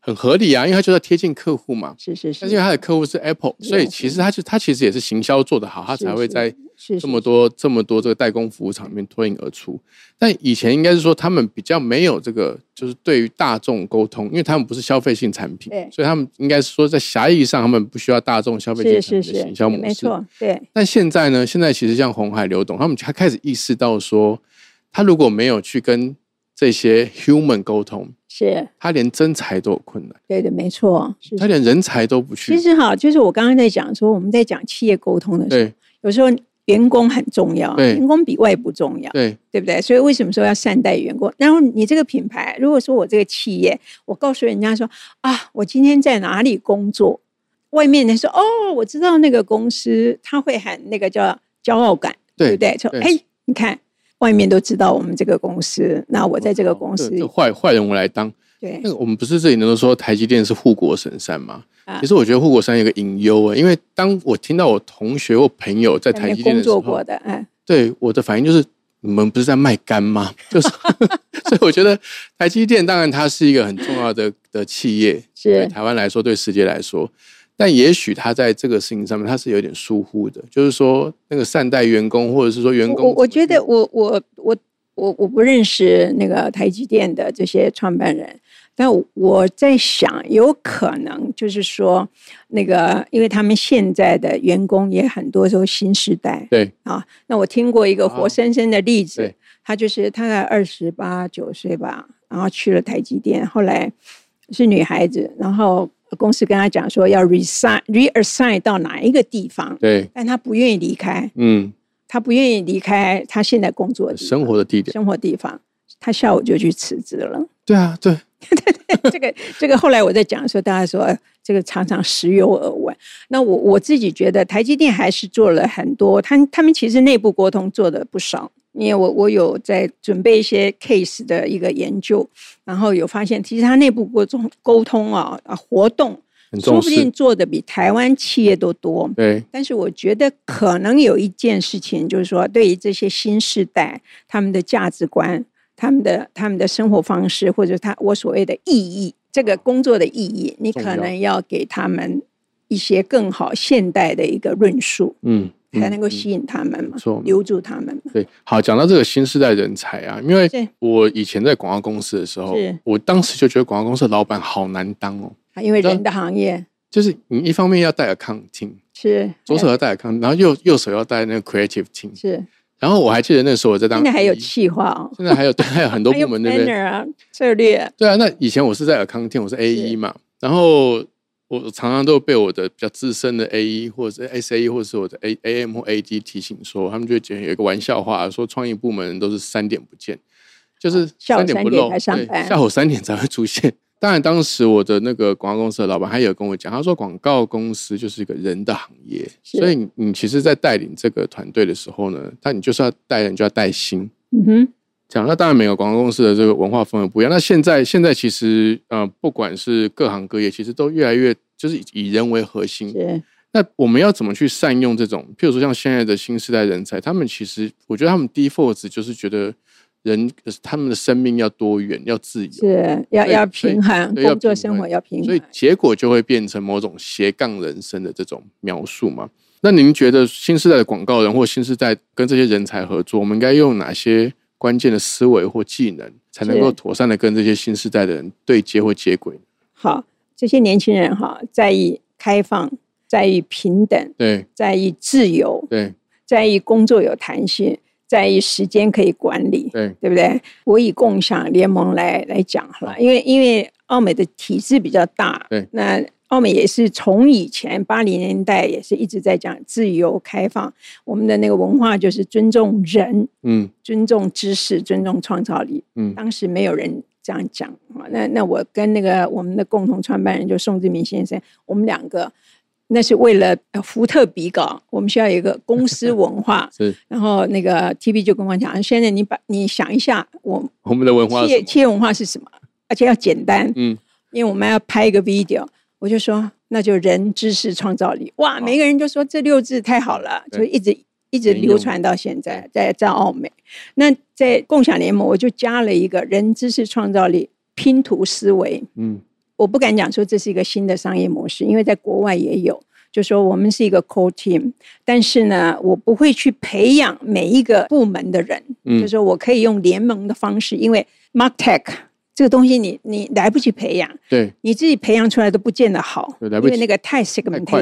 [SPEAKER 1] 很合理啊，因为他就要贴近客户嘛。
[SPEAKER 2] 是是是
[SPEAKER 1] 但是因为他的客户是 Apple，
[SPEAKER 2] 是
[SPEAKER 1] 所以其实他就他其实也是行销做得好，他才会在
[SPEAKER 2] 是是
[SPEAKER 1] 这么多这么多这个代工服务厂里面脱颖而出。但以前应该是说他们比较没有这个，就是对于大众沟通，因为他们不是消费性产品
[SPEAKER 2] 对，
[SPEAKER 1] 所以他们应该是说在狭义上他们不需要大众消费性
[SPEAKER 2] 是
[SPEAKER 1] 产品
[SPEAKER 2] 是
[SPEAKER 1] 的行
[SPEAKER 2] 是，
[SPEAKER 1] 销模
[SPEAKER 2] 没
[SPEAKER 1] 式。
[SPEAKER 2] 错，对。
[SPEAKER 1] 但现在呢，现在其实像红海、刘董，他们他开始意识到说，他如果没有去跟这些 human 沟通，
[SPEAKER 2] 是
[SPEAKER 1] 他连真才都有困难，
[SPEAKER 2] 对的，没错。是
[SPEAKER 1] 他连人才都不去
[SPEAKER 2] 其。实哈，就是我刚刚在讲说，我们在讲企业沟通的时候，
[SPEAKER 1] 对
[SPEAKER 2] 有时候员工很重要，
[SPEAKER 1] 对
[SPEAKER 2] 员工比外部重要，
[SPEAKER 1] 对
[SPEAKER 2] 对不对？所以为什么说要善待员工？然后你这个品牌，如果说我这个企业，我告诉人家说啊，我今天在哪里工作，外面人说哦，我知道那个公司，他会很那个叫骄傲感，
[SPEAKER 1] 对
[SPEAKER 2] 不对？说
[SPEAKER 1] 对
[SPEAKER 2] 哎，你看外面都知道我们这个公司，那我在这个公司
[SPEAKER 1] 哦这，这坏坏人我来当。
[SPEAKER 2] 对
[SPEAKER 1] 那个我们不是这里能够说台积电是护国神山吗？
[SPEAKER 2] 啊
[SPEAKER 1] 其实我觉得护国神山有个隐忧啊，因为当我听到我同学或朋友在
[SPEAKER 2] 在
[SPEAKER 1] 台
[SPEAKER 2] 那
[SPEAKER 1] 积电的
[SPEAKER 2] 工
[SPEAKER 1] 时
[SPEAKER 2] 作
[SPEAKER 1] 候，
[SPEAKER 2] 过的，哎，
[SPEAKER 1] 对我的反应就是，你们不是在卖干吗？ 就是，所以我觉得台积电当然它是一个很重要的的企业，对
[SPEAKER 2] 是
[SPEAKER 1] 台湾来说，对世界来说，但也许它在这个事情上面它是有点疏忽的，就是说那个善待员工，或者是说员工
[SPEAKER 2] 我我觉得
[SPEAKER 1] 怎么
[SPEAKER 2] 我我我我我不认识那个台积电的这些创办人，但我在想，有可能就是说，那个因为他们现在的员工也很多都新时代，
[SPEAKER 1] 对
[SPEAKER 2] 啊，那我听过一个活
[SPEAKER 1] 啊
[SPEAKER 2] 生生的例子，
[SPEAKER 1] 对
[SPEAKER 2] 他就是他在二十八九岁吧，然后去了台积电，后来是女孩子，然后公司跟他讲说要 resign reassign 到哪一个地方，
[SPEAKER 1] 对，
[SPEAKER 2] 但他不愿意离开，
[SPEAKER 1] 嗯，
[SPEAKER 2] 他不愿意离开他现在工作的地方
[SPEAKER 1] 生活的地点，
[SPEAKER 2] 生活地方，他下午就去辞职了。
[SPEAKER 1] 对啊，对，
[SPEAKER 2] 这个这个后来我在讲的时候，大家说呃这个常常时有耳闻。那我我自己觉得台积电还是做了很多，他他们其实内部沟通做的不少。因为我我有在准备一些 case 的一个研究，然后有发现，其实他内部沟通沟通啊啊活动，
[SPEAKER 1] 很
[SPEAKER 2] 说
[SPEAKER 1] 重
[SPEAKER 2] 不定
[SPEAKER 1] 视，
[SPEAKER 2] 做的比台湾企业都多。
[SPEAKER 1] 对，嗯
[SPEAKER 2] 但是我觉得可能有一件事情，就是说对于这些新世代，他们的价值观、他们的他们的生活方式，或者他我所谓的意义，这个工作的意义，你
[SPEAKER 1] 重
[SPEAKER 2] 可
[SPEAKER 1] 要
[SPEAKER 2] 能要给他们一些更好现代的一个论述，
[SPEAKER 1] 嗯，嗯
[SPEAKER 2] 才能够
[SPEAKER 1] 嗯
[SPEAKER 2] 吸引他们嘛
[SPEAKER 1] 没，错
[SPEAKER 2] 留住他们嘛。
[SPEAKER 1] 对，好，讲到这个新时代人才啊，因为
[SPEAKER 2] 是
[SPEAKER 1] 我以前在广告公司的时候
[SPEAKER 2] 是，
[SPEAKER 1] 我当时就觉得广告公司的老板好难当哦，
[SPEAKER 2] 啊因为
[SPEAKER 1] 知道
[SPEAKER 2] 人的行业
[SPEAKER 1] 就是你一方面要带 accounting，
[SPEAKER 2] 是
[SPEAKER 1] 左手要带 account，然后右右手要带那个 creative team。
[SPEAKER 2] 是，
[SPEAKER 1] 然后我还记得那时候我在当
[SPEAKER 2] 现在还有
[SPEAKER 1] PE
[SPEAKER 2] 企划哦，
[SPEAKER 1] 现在还有对，还有很多
[SPEAKER 2] 还有
[SPEAKER 1] 部门对不对？
[SPEAKER 2] planner 啊，策略
[SPEAKER 1] 对啊，那以前我是在 accounting，我是 A 一嘛，然后我常常都被我的比较资深的 A 一或者是 SA 或者是我的 A A M 或 A D 提醒说，他们就会觉得有一个玩笑话说，创意部门都是三点不见，就是
[SPEAKER 2] 哦下午
[SPEAKER 1] 点
[SPEAKER 2] 3
[SPEAKER 1] 不
[SPEAKER 2] 点
[SPEAKER 1] 露，
[SPEAKER 2] 才上班
[SPEAKER 1] 对，下午三点才会出现。当然，当时我的那个广告公司的老板，他也有跟我讲，他说广告公司就是一个人的行业，
[SPEAKER 2] 是
[SPEAKER 1] 所以你你其实，在带领这个团队的时候呢，他你就是要带人，就要带心，
[SPEAKER 2] 嗯哼，
[SPEAKER 1] 讲，那当然每个广告公司的这个文化氛围不一样。那现在现在其实呃，不管是各行各业，其实都越来越就是以以人为核心。
[SPEAKER 2] 是
[SPEAKER 1] 那我们要怎么去善用这种，譬如说像现在的新时代人才，他们其实我觉得他们 default 就是觉得人呃他们的生命要多元，要自由，
[SPEAKER 2] 是要
[SPEAKER 1] 对
[SPEAKER 2] 要
[SPEAKER 1] 所以
[SPEAKER 2] 平衡
[SPEAKER 1] 对要
[SPEAKER 2] 工作
[SPEAKER 1] 平衡
[SPEAKER 2] 生活要平
[SPEAKER 1] 所以
[SPEAKER 2] 衡，
[SPEAKER 1] 结果就会变成某种斜杠人生的这种描述嘛。那您觉得新时代的广告人或新时代跟这些人才合作，我们应该用哪些关键的思维或技能，才能够
[SPEAKER 2] 是
[SPEAKER 1] 妥善的跟这些新时代的人对接或接轨？
[SPEAKER 2] 好，这些年轻人哈，在意开放，在意平等，
[SPEAKER 1] 对
[SPEAKER 2] 在意自由，
[SPEAKER 1] 对
[SPEAKER 2] 在意工作有弹性，在意时间可以管理，
[SPEAKER 1] 对
[SPEAKER 2] 对不对？我以共享联盟来来讲好了，因为因为澳美的体制比较大，
[SPEAKER 1] 对
[SPEAKER 2] 那澳美也是从以前八零年代也是一直在讲自由开放，我们的那个文化就是尊重人、
[SPEAKER 1] 嗯
[SPEAKER 2] 尊重知识、尊重创造力。
[SPEAKER 1] 嗯。
[SPEAKER 2] 当时没有人这样讲啊。那那我跟那个我们的共同创办人就宋志明先生，我们两个那是为了呃福特比稿，我们需要有一个公司文化
[SPEAKER 1] 是
[SPEAKER 2] 然后那个 T B 就跟我讲，啊先生，你把你想一下，我
[SPEAKER 1] 我们的文化是
[SPEAKER 2] 企
[SPEAKER 1] 什
[SPEAKER 2] 业
[SPEAKER 1] 么
[SPEAKER 2] 企业文化是什么，而且要简单，
[SPEAKER 1] 嗯
[SPEAKER 2] 因为我们要拍一个 video，我就说那就人、知识、创造力，哇，每个人就说这六字太好了，
[SPEAKER 1] 对
[SPEAKER 2] 就一直一直
[SPEAKER 1] 沿用
[SPEAKER 2] 流传到现在，在在澳美。那在共享联盟，我就加了一个人、知识、创造力拼图思维，
[SPEAKER 1] 嗯
[SPEAKER 2] 我不敢讲说这是一个新的商业模式，因为在国外也有，就说我们是一个 core team，但是呢，我不会去培养每一个部门的人，
[SPEAKER 1] 嗯
[SPEAKER 2] 就说我可以用联盟的方式，因为 mark tech 这个东西你你来不及培养，
[SPEAKER 1] 对
[SPEAKER 2] 你自己培养出来都不见得好，
[SPEAKER 1] 对来不及
[SPEAKER 2] 因为那个太
[SPEAKER 1] 快太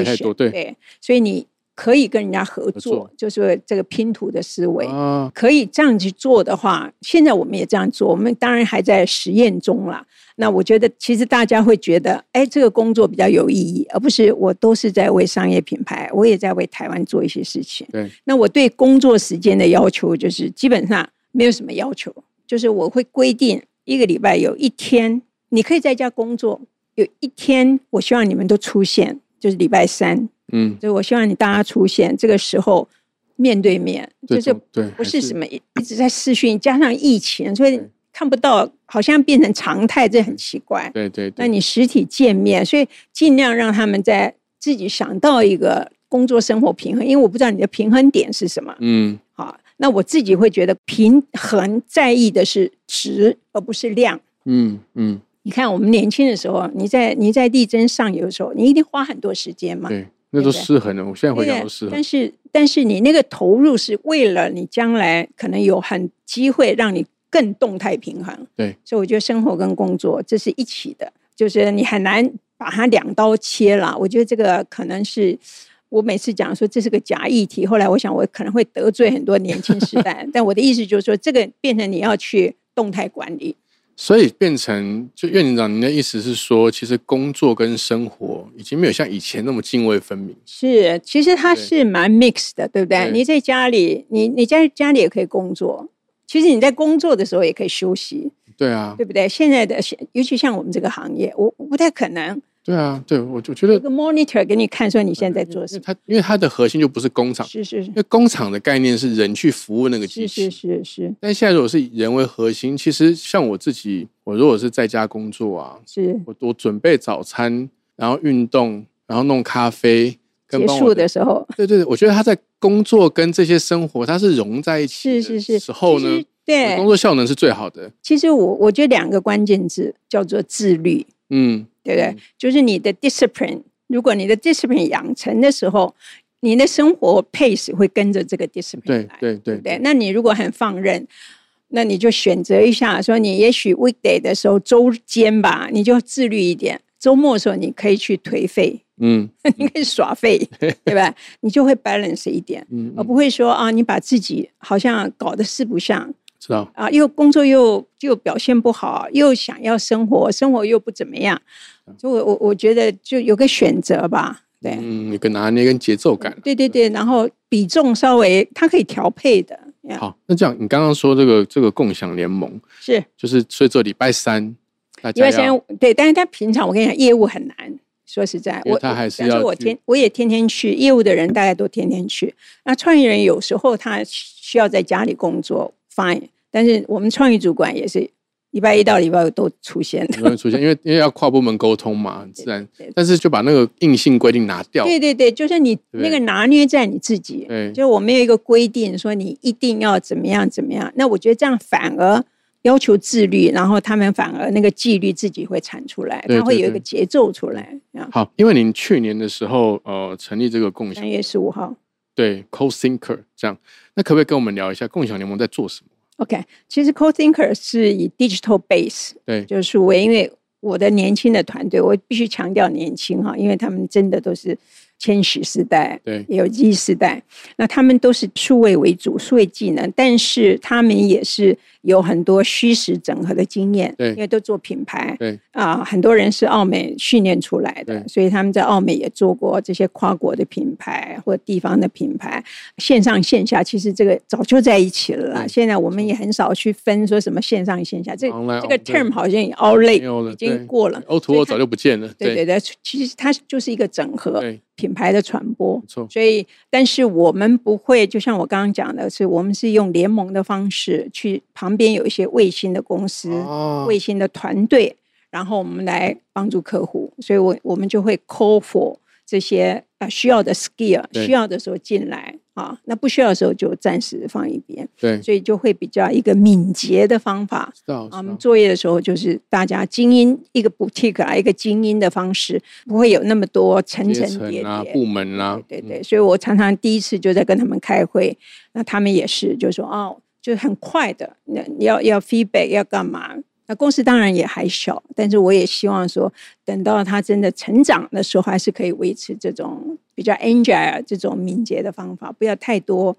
[SPEAKER 2] segmentation，
[SPEAKER 1] 多对
[SPEAKER 2] 所以你可以跟人家合
[SPEAKER 1] 合
[SPEAKER 2] 作，
[SPEAKER 1] 作
[SPEAKER 2] 就是这个拼图的思维。
[SPEAKER 1] 啊
[SPEAKER 2] 可以这样去做的话，现在我们也这样做，我们当然还在实验中啦。那我觉得，其实大家会觉得，哎，这个工作比较有意义，而不是我都是在为商业品牌，我也在为台湾做一些事情。
[SPEAKER 1] 对
[SPEAKER 2] 那我对工作时间的要求就是基本上没有什么要求，就是我会规定一个礼拜有一天你可以在家工作，有一天我希望你们都出现，就是礼拜三，
[SPEAKER 1] 嗯
[SPEAKER 2] 就是我希望你大家出现，这个时候面对面，
[SPEAKER 1] 这
[SPEAKER 2] 就是
[SPEAKER 1] 种对
[SPEAKER 2] 不是什
[SPEAKER 1] 么
[SPEAKER 2] 么一一直在视讯，加上疫情，所以
[SPEAKER 1] 对
[SPEAKER 2] 看不到，好像变成常态，这很奇怪。
[SPEAKER 1] 对对对
[SPEAKER 2] 那你实体见面，所以尽量让他们在自己想到一个工作生活平衡，因为我不知道你的平衡点是什么。
[SPEAKER 1] 嗯
[SPEAKER 2] 好，那我自己会觉得平衡在意的是值，而不是量。
[SPEAKER 1] 嗯嗯
[SPEAKER 2] 你看，我们年轻的时候，你在你在力争上游的时候，你一定花很多时间嘛，
[SPEAKER 1] 对，那都失衡了。我现在回
[SPEAKER 2] 对不
[SPEAKER 1] 想
[SPEAKER 2] 对
[SPEAKER 1] 都失衡
[SPEAKER 2] 但，是但是你那个投入是为了你将来可能有很机会让你更动态平衡。
[SPEAKER 1] 对，
[SPEAKER 2] 所以我觉得生活跟工作这是一起的，就是你很难把它两刀切了。我觉得这个可能是。我每次讲说这是个假议题，后来我想我可能会得罪很多年轻时 代，但我的意思就是说，这个变成你要去动态管理，
[SPEAKER 1] 所以变成就院长，您的意思是说，其实工作跟生活已经没有像以前那么泾渭分明。
[SPEAKER 2] 是，其实它
[SPEAKER 1] 对
[SPEAKER 2] 是蛮 mix 的，对不对？
[SPEAKER 1] 对
[SPEAKER 2] 你在家里，你你在家里也可以工作，其实你在工作的时候也可以休息，
[SPEAKER 1] 对啊，
[SPEAKER 2] 对不对？现在的，尤其像我们这个行业，我我不太可能
[SPEAKER 1] 对啊，对我我觉得
[SPEAKER 2] 有个 monitor 给你看说你
[SPEAKER 1] 嗯
[SPEAKER 2] 现在在做什么，
[SPEAKER 1] 它因为它的核心就不是工厂，
[SPEAKER 2] 是是
[SPEAKER 1] 因为工厂的概念是人去服务那嗯个机
[SPEAKER 2] 是
[SPEAKER 1] 器。
[SPEAKER 2] 是是是
[SPEAKER 1] 但现在如果是以人为核心，其实像我自己，我如果是在家工作啊，
[SPEAKER 2] 是，
[SPEAKER 1] 我我准备早餐，然后运动，然后弄咖啡，跟
[SPEAKER 2] 结
[SPEAKER 1] 帮我
[SPEAKER 2] 束的时候
[SPEAKER 1] 对对对，我觉得他在工作跟这些生活，它是融在一起
[SPEAKER 2] 是
[SPEAKER 1] 的
[SPEAKER 2] 是是，
[SPEAKER 1] 时候
[SPEAKER 2] 其
[SPEAKER 1] 呃呢
[SPEAKER 2] 实，
[SPEAKER 1] 我工
[SPEAKER 2] 对，
[SPEAKER 1] 作效能是最好的。
[SPEAKER 2] 其实我我觉得两个关键字叫做自律，
[SPEAKER 1] 嗯，
[SPEAKER 2] 对不对？
[SPEAKER 1] 嗯
[SPEAKER 2] 就是你的 discipline，如果你的 discipline 养成的时候，你的生活 pace 会跟着这个 discipline
[SPEAKER 1] 对
[SPEAKER 2] 来，
[SPEAKER 1] 对对
[SPEAKER 2] 不对？那你如果很放任，那你就选择一下，说你也许 weekday 的时候周间吧，你就自律一点，周末的时候你可以去颓废，
[SPEAKER 1] 嗯
[SPEAKER 2] 你可以耍废，对吧？你就会 balance 一点，
[SPEAKER 1] 嗯，
[SPEAKER 2] 而
[SPEAKER 1] 嗯
[SPEAKER 2] 不会说啊，你把自己好像搞得四不像
[SPEAKER 1] 知道，
[SPEAKER 2] 啊，又工作又又表现不好，又想要生活，生活又不怎么样。所以我，我我觉得就有个选择吧，对。
[SPEAKER 1] 嗯，有个拿捏跟节奏感啊。
[SPEAKER 2] 对对对，然后比重稍微它可以调配的，呀
[SPEAKER 1] 好，那这样你刚刚说这个这个共享联盟，
[SPEAKER 2] 是
[SPEAKER 1] 就是所以这礼拜三大
[SPEAKER 2] 因
[SPEAKER 1] 家
[SPEAKER 2] 为现
[SPEAKER 1] 要
[SPEAKER 2] 在对，但是他平常我跟你讲业务很难，说实在，
[SPEAKER 1] 因为
[SPEAKER 2] 我
[SPEAKER 1] 他还是
[SPEAKER 2] 比方说
[SPEAKER 1] 要
[SPEAKER 2] 我
[SPEAKER 1] 去
[SPEAKER 2] 天我也天天去，业务的人大概都天天去。那创意人有时候他需要在家里工作，fine，但是我们创意主管也是礼拜一到礼拜五都出现的。
[SPEAKER 1] 容易出现，因为因为要跨部门沟通 嘛，很自然
[SPEAKER 2] 对对。
[SPEAKER 1] 但是就把那个硬性规定拿掉，
[SPEAKER 2] 对对对，就是你
[SPEAKER 1] 对
[SPEAKER 2] 那个拿捏在你自己，
[SPEAKER 1] 对
[SPEAKER 2] 就是我没有一个规定说你一定要怎么样怎么样。那我觉得这样反而要求自律，然后他们反而那个纪律自己会产出来，
[SPEAKER 1] 对
[SPEAKER 2] 它会
[SPEAKER 1] 对
[SPEAKER 2] 有一
[SPEAKER 1] 对嗯
[SPEAKER 2] 个节奏出来。啊，
[SPEAKER 1] 好，因为您去年的时候，呃，成立这个共享
[SPEAKER 2] 三月十五号。
[SPEAKER 1] 对 CoSinker 这样，那可不可以跟我们聊一下共享联盟在做什么？
[SPEAKER 2] OK，其实 CoThinker 是以 digital base，
[SPEAKER 1] 对
[SPEAKER 2] 就是数位，因为我的年轻的团队，我必须强调年轻哈，因为他们真的都是千禧世代，
[SPEAKER 1] 对
[SPEAKER 2] 也有 Z 世代，那他们都是数位为主，数位技能，但是他们也是有很多虚实整合的经验，
[SPEAKER 1] 对
[SPEAKER 2] 因为都做品牌，
[SPEAKER 1] 对
[SPEAKER 2] 啊、很多人是澳美训练出来的
[SPEAKER 1] 对，
[SPEAKER 2] 所以他们在澳美也做过这些跨国的品牌或地方的品牌，线上线下其实这个早就在一起了啦。
[SPEAKER 1] 对
[SPEAKER 2] 现在我们也很少去分说什么线上线下，这
[SPEAKER 1] Online
[SPEAKER 2] 这个
[SPEAKER 1] offline
[SPEAKER 2] term 好像也 all
[SPEAKER 1] 没
[SPEAKER 2] late
[SPEAKER 1] 有了，
[SPEAKER 2] 已经过了。
[SPEAKER 1] O to
[SPEAKER 2] 所以
[SPEAKER 1] O
[SPEAKER 2] 它
[SPEAKER 1] 早就不见了，
[SPEAKER 2] 对
[SPEAKER 1] 对
[SPEAKER 2] 对对，其实它就是一个整合
[SPEAKER 1] 对
[SPEAKER 2] 品牌的传播
[SPEAKER 1] 没。错，
[SPEAKER 2] 所以，但是我们不会，就像我刚刚讲的是，我们是用联盟的方式去旁边有一些卫星的公司，
[SPEAKER 1] 哦
[SPEAKER 2] 卫星的团队，然后我们来帮助客户，所以我我们就会 call for 这些啊需要的 skill，
[SPEAKER 1] 对
[SPEAKER 2] 需要的时候进来啊，那不需要的时候就暂时放一边，
[SPEAKER 1] 对，知
[SPEAKER 2] 所以就会比较一个敏捷的方法。
[SPEAKER 1] 道，
[SPEAKER 2] 啊，我
[SPEAKER 1] 知
[SPEAKER 2] 们
[SPEAKER 1] 道
[SPEAKER 2] 作业的时候就是大家精英一个 boutique 啊，一个精英的方式，不会有那么多层
[SPEAKER 1] 阶
[SPEAKER 2] 层
[SPEAKER 1] 层
[SPEAKER 2] 叠叠。
[SPEAKER 1] 啊，部门啦，
[SPEAKER 2] 对
[SPEAKER 1] 嗯
[SPEAKER 2] 对，所以我常常第一次就在跟他们开会，那他们也是，就说哦，就是很快的，那你要要 feedback 要干嘛？那公司当然也还小，但是我也希望说，等到他真的成长的时候，还是可以维持这种比较 agile 这种敏捷的方法，不要太多，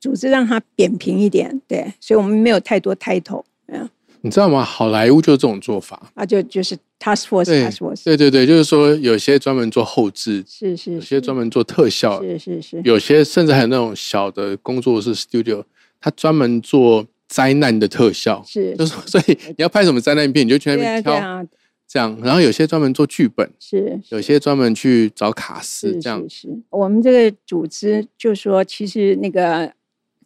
[SPEAKER 2] 组织让它扁平一点。对，所以我们没有太多 title，嗯，
[SPEAKER 1] 你知道吗？好莱坞就是这种做法，
[SPEAKER 2] 啊，就就是 task force，task force，
[SPEAKER 1] 对对对，就是说有些专门做后置，
[SPEAKER 2] 是是
[SPEAKER 1] 有些专门做特效，
[SPEAKER 2] 嗯是是是，
[SPEAKER 1] 有些甚至还有那种小的工作室 studio，它专门做灾难的特效，
[SPEAKER 2] 是啊
[SPEAKER 1] 就是 所以你要拍什么灾难片，你就去那
[SPEAKER 2] 对啊
[SPEAKER 1] 边
[SPEAKER 2] 对
[SPEAKER 1] 挑、
[SPEAKER 2] 啊，
[SPEAKER 1] 这样。然后有些专门做剧本，
[SPEAKER 2] 是
[SPEAKER 1] 有些专门去找卡司
[SPEAKER 2] 是
[SPEAKER 1] 这样。
[SPEAKER 2] 是是，我们这个组织就说，其实那个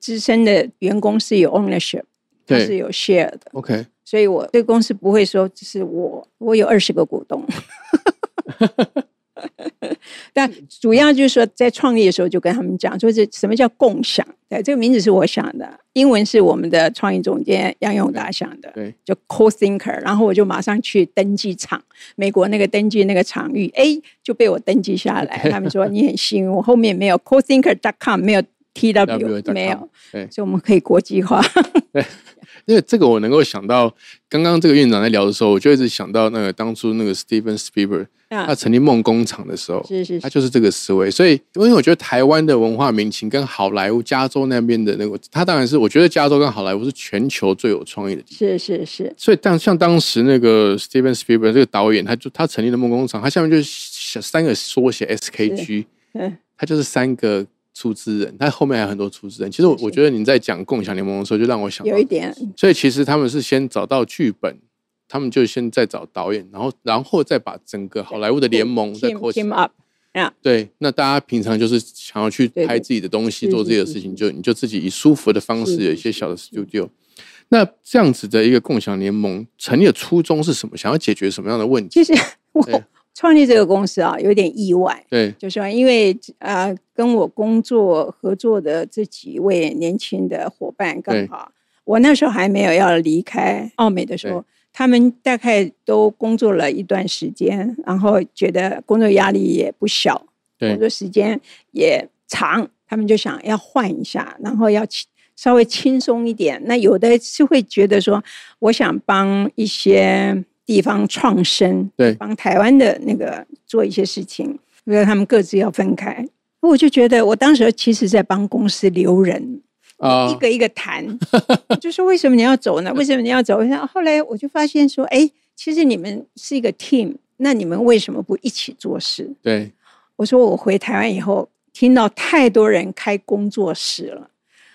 [SPEAKER 2] 资深的员工是有 ownership，它
[SPEAKER 1] 对
[SPEAKER 2] 是有 share 的，
[SPEAKER 1] OK，
[SPEAKER 2] 所以我对公司不会说，就是我我有二十个股东。 但主要就是说，在创业的时候就跟他们讲，说是什么叫共享？对，这个名字是我想的，英文是我们的创意总监杨永达想的。
[SPEAKER 1] 对，
[SPEAKER 2] 就 co-thinker，然后我就马上去登记场，美国那个登记那个场域，哎，就被我登记下来。他们说你很幸运，我后面没有 co-thinker.com，没有 TW，
[SPEAKER 1] TW.com
[SPEAKER 2] 没有，
[SPEAKER 1] 对
[SPEAKER 2] 所以我们可以国际化。
[SPEAKER 1] 因为这个我能够想到，刚刚这个院长在聊的时候，我就一直想到那个当初那个 Steven Spielberg 他
[SPEAKER 2] 啊，
[SPEAKER 1] 成立梦工厂的时候，
[SPEAKER 2] 是是
[SPEAKER 1] 他
[SPEAKER 2] 是，
[SPEAKER 1] 就是这个思维。所以，因为我觉得台湾的文化民情跟好莱坞、加州那边的那个，他当然是我觉得加州跟好莱坞是全球最有创意的地方。
[SPEAKER 2] 是是是，
[SPEAKER 1] 所以当像当时那个 Steven Spielberg 这个导演，他就他成立了梦工厂，他下面就是写三个缩写 SKG，
[SPEAKER 2] 嗯，
[SPEAKER 1] 他就是三个出资人，他后面还有很多出资人。其实我
[SPEAKER 2] 是
[SPEAKER 1] 我觉得你在讲共享联盟的时候，就让我想到
[SPEAKER 2] 有一，点
[SPEAKER 1] 所以其实他们是先找到剧本。他们就先再找导演，然后然后再把整个好莱坞的联盟再
[SPEAKER 2] team
[SPEAKER 1] 扣起
[SPEAKER 2] team
[SPEAKER 1] 来。
[SPEAKER 2] up，
[SPEAKER 1] 对，那大家平常就是想要去
[SPEAKER 2] 对
[SPEAKER 1] 拍
[SPEAKER 2] 对
[SPEAKER 1] 自己的东西，
[SPEAKER 2] 是
[SPEAKER 1] 做
[SPEAKER 2] 是
[SPEAKER 1] 自己的
[SPEAKER 2] 是
[SPEAKER 1] 事情，
[SPEAKER 2] 是
[SPEAKER 1] 就你就自己以舒服的方
[SPEAKER 2] 是
[SPEAKER 1] 式有一
[SPEAKER 2] 是
[SPEAKER 1] 些小的 studio。那这样子的一个共享联盟成立的初衷是什么？想要解决什么样的问题？
[SPEAKER 2] 其实
[SPEAKER 1] 对
[SPEAKER 2] 我创立这个公司啊，有点意外。
[SPEAKER 1] 对
[SPEAKER 2] 就说因为呃，跟我工作合作的这几位年轻的伙伴
[SPEAKER 1] 对
[SPEAKER 2] 刚好，我那时候还没有要离开澳美的时候，他们大概都工作了一段时间，然后觉得工作压力也不小，工
[SPEAKER 1] 对
[SPEAKER 2] 作时间也长，他们就想要换一下，然后要轻稍微轻松一点。那有的是会觉得说，我想帮一些地方创生，
[SPEAKER 1] 对
[SPEAKER 2] 帮台湾的那个做一些事情。因为他们各自要分开。我就觉得，我当时其实在帮公司留人，
[SPEAKER 1] 啊
[SPEAKER 2] 一个一个谈，我就说为什么你要走呢？为什么你要走？然后后来我就发现说，哎，其实你们是一个 team，那你们为什么不一起做事？
[SPEAKER 1] 对，
[SPEAKER 2] 我说我回台湾以后，听到太多人开工作室了。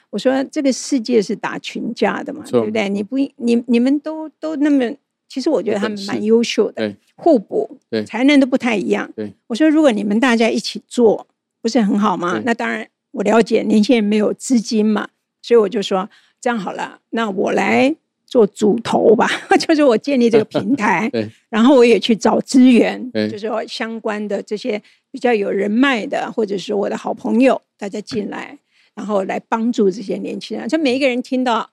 [SPEAKER 2] 我说这个世界是打群架的嘛，
[SPEAKER 1] 错
[SPEAKER 2] 对不对？你不你你们都都那么，其实我觉得他们
[SPEAKER 1] 有本
[SPEAKER 2] 蛮
[SPEAKER 1] 事
[SPEAKER 2] 优秀的
[SPEAKER 1] 对，
[SPEAKER 2] 互补，
[SPEAKER 1] 对
[SPEAKER 2] 才能都不太一样。
[SPEAKER 1] 对，
[SPEAKER 2] 我说如果你们大家一起做，不是很好吗
[SPEAKER 1] 对？
[SPEAKER 2] 那当然，我了解您现在没有资金嘛，所以我就说这样好了，那我来做主头吧， 就是我建立这个平 台
[SPEAKER 1] 对，
[SPEAKER 2] 然后我也去找资源
[SPEAKER 1] 对，
[SPEAKER 2] 就是说相关的这些比较有人脉的，或者是我的好朋友，大家进来，然后来帮助这些年轻人。这每一个人听到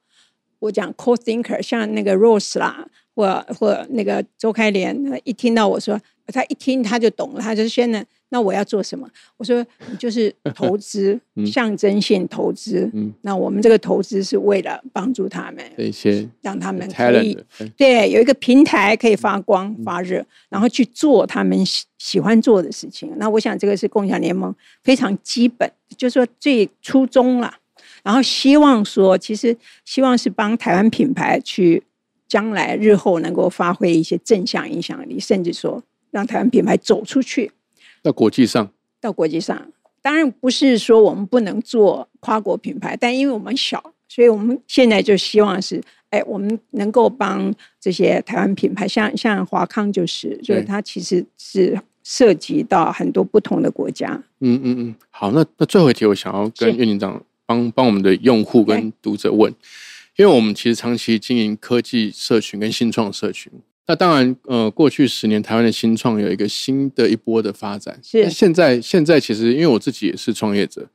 [SPEAKER 2] 我讲 co thinker，像那个 Rose 啦，或或那个周开莲，呃一听到我说，他一听他就懂了，他就先呢，那我要做什么？我说你就是投资
[SPEAKER 1] 嗯，
[SPEAKER 2] 象征性投资。
[SPEAKER 1] 嗯，
[SPEAKER 2] 那我们这个投资是为了帮助他们，
[SPEAKER 1] 这一些
[SPEAKER 2] 让他们可以
[SPEAKER 1] talent，对
[SPEAKER 2] 对，有一个平台可以发光发热，然后去做他们喜喜欢做的事情。那我想这个是共享联盟非常基本，就是说最初衷啦。然后希望说，其实希望是帮台湾品牌去将来日后能够发挥一些正向影响力，甚至说让台湾品牌走出去
[SPEAKER 1] 到国际上，
[SPEAKER 2] 到国际上。当然不是说我们不能做跨国品牌，但因为我们小，所以我们现在就希望是，哎，我们能够帮这些台湾品牌，像像华康就是，就是它其实是涉及到很多不同的国家。
[SPEAKER 1] 嗯嗯嗯，好，那那最后一题，我想要跟
[SPEAKER 2] 是
[SPEAKER 1] 院长帮帮我们的用户跟读者问，因为我们其实长期经营科技社群跟新创社群。那当然，呃，过去十年台湾的新创有一个新的一波的发展。
[SPEAKER 2] 是
[SPEAKER 1] 那现在现在其实因为我自己也是创业者，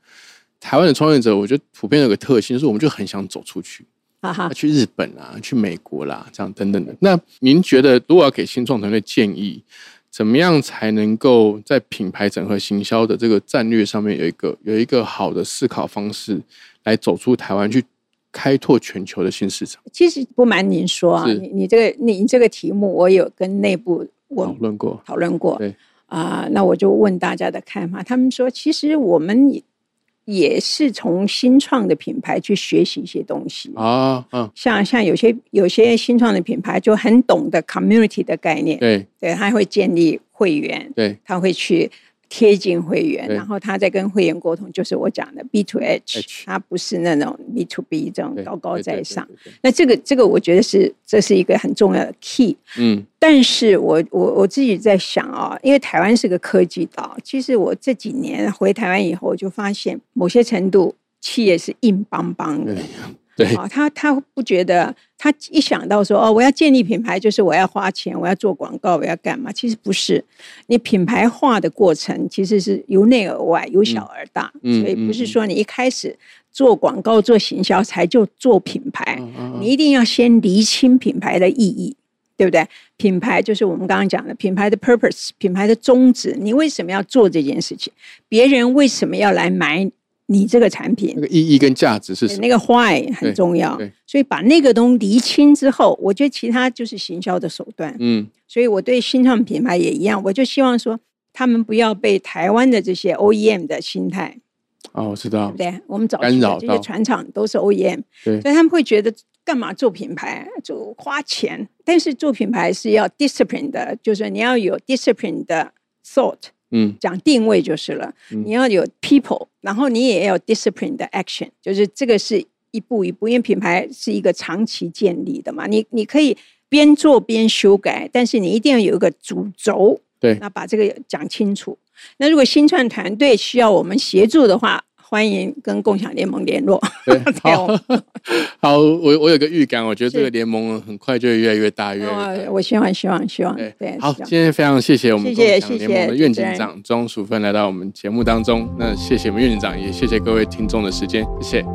[SPEAKER 1] 台湾的创业者，我觉得普遍有个特性，就是我们就很想走出去。
[SPEAKER 2] 哈哈
[SPEAKER 1] 啊，去日本啊，去美国啦，这样等等的。那您觉得，如果要给新创团队建议，怎么样才能够在品牌整合行销的这个战略上面有一个有一个好的思考方式，来走出台湾，去开拓全球的新市场？
[SPEAKER 2] 其实不瞒您说啊，
[SPEAKER 1] 是
[SPEAKER 2] 你你这个你这个题目，我有跟内部我
[SPEAKER 1] 讨论过，
[SPEAKER 2] 讨论过。
[SPEAKER 1] 对
[SPEAKER 2] 啊、那我就问大家的看法，他们说其实我们也也是从新创的品牌去学习一些东西。
[SPEAKER 1] 啊，嗯，
[SPEAKER 2] 像像有些有些新创的品牌就很懂得 community 的概念，
[SPEAKER 1] 对
[SPEAKER 2] 对，他会建立会员，
[SPEAKER 1] 对，
[SPEAKER 2] 他会去贴近会员，
[SPEAKER 1] 对
[SPEAKER 2] 然后他再跟会员沟通，就是我讲的 B to
[SPEAKER 1] H
[SPEAKER 2] H，他不是那种 B to B 这种
[SPEAKER 1] 对
[SPEAKER 2] 高高
[SPEAKER 1] 对对
[SPEAKER 2] 在
[SPEAKER 1] 对
[SPEAKER 2] 上。
[SPEAKER 1] 对对
[SPEAKER 2] 那这个这个我觉得是这是一个很重要的 key。
[SPEAKER 1] 嗯，
[SPEAKER 2] 但是我我我自己在想啊、因为台湾是个科技岛，其实我这几年回台湾以后，我就发现某些程度企业是硬邦邦的
[SPEAKER 1] 对。哎对，
[SPEAKER 2] 啊，他他不觉得，他一想到说哦，我要建立品牌，就是我要花钱，我要做广告，我要干嘛？其实不是，你品牌化的过程其实是由内而外，由小而大，
[SPEAKER 1] 嗯
[SPEAKER 2] 所以
[SPEAKER 1] 嗯
[SPEAKER 2] 不是
[SPEAKER 1] 嗯
[SPEAKER 2] 说你一开始做广告、做行销才就做品牌，
[SPEAKER 1] 嗯嗯嗯
[SPEAKER 2] 哎你一定要先厘清品牌的意义，对不对？品牌就是我们刚刚讲的品牌的 purpose，品牌的宗旨，你为什么要做这件事情？别人为什么要来买你这个产品
[SPEAKER 1] 那？个意义跟价值是
[SPEAKER 2] 对
[SPEAKER 1] 什么？
[SPEAKER 2] 那个 why
[SPEAKER 1] 对
[SPEAKER 2] 很重要
[SPEAKER 1] 对，
[SPEAKER 2] 所以把那个东西厘清之后，我觉得其他就是行销的手段。
[SPEAKER 1] 嗯，
[SPEAKER 2] 所以我对新创品牌也一样，我就希望说他们不要被台湾的这些 OEM 的心态，
[SPEAKER 1] 哦，我知
[SPEAKER 2] 对
[SPEAKER 1] 道
[SPEAKER 2] 不，对？我们早
[SPEAKER 1] 干
[SPEAKER 2] 期
[SPEAKER 1] 扰
[SPEAKER 2] 的这
[SPEAKER 1] 到
[SPEAKER 2] 些船厂都是 OEM，
[SPEAKER 1] 对
[SPEAKER 2] 所以他们会觉得干嘛做品牌就花钱，但是做品牌是要 discipline 的，就是你要有 discipline 的 thought，
[SPEAKER 1] 嗯，
[SPEAKER 2] 讲定位就是了，
[SPEAKER 1] 嗯
[SPEAKER 2] 你要有 people，然后你也要有 discipline 的 action，就是这个是一步一步，因为品牌是一个长期建立的嘛，你你可以边做边修改，但是你一定要有一个主轴，
[SPEAKER 1] 对
[SPEAKER 2] 那把这个讲清楚。那如果新创团队需要我们协助的话，欢迎跟共享联盟联络。
[SPEAKER 1] 对，好
[SPEAKER 2] 有，
[SPEAKER 1] 好，我我有个预感，我觉得这个
[SPEAKER 2] 哦是
[SPEAKER 1] 联盟很快就会越来越大，越 来越大
[SPEAKER 2] 呃，我希望，希望，希望，
[SPEAKER 1] 对
[SPEAKER 2] 对，
[SPEAKER 1] 好，
[SPEAKER 2] 是这样
[SPEAKER 1] 今天非常谢谢我们
[SPEAKER 2] 谢谢
[SPEAKER 1] 共享联盟的院
[SPEAKER 2] 谢谢
[SPEAKER 1] 警长庄淑芬来到我们节目当中。那谢谢我们院警长，也谢谢各位听众的时间，谢谢，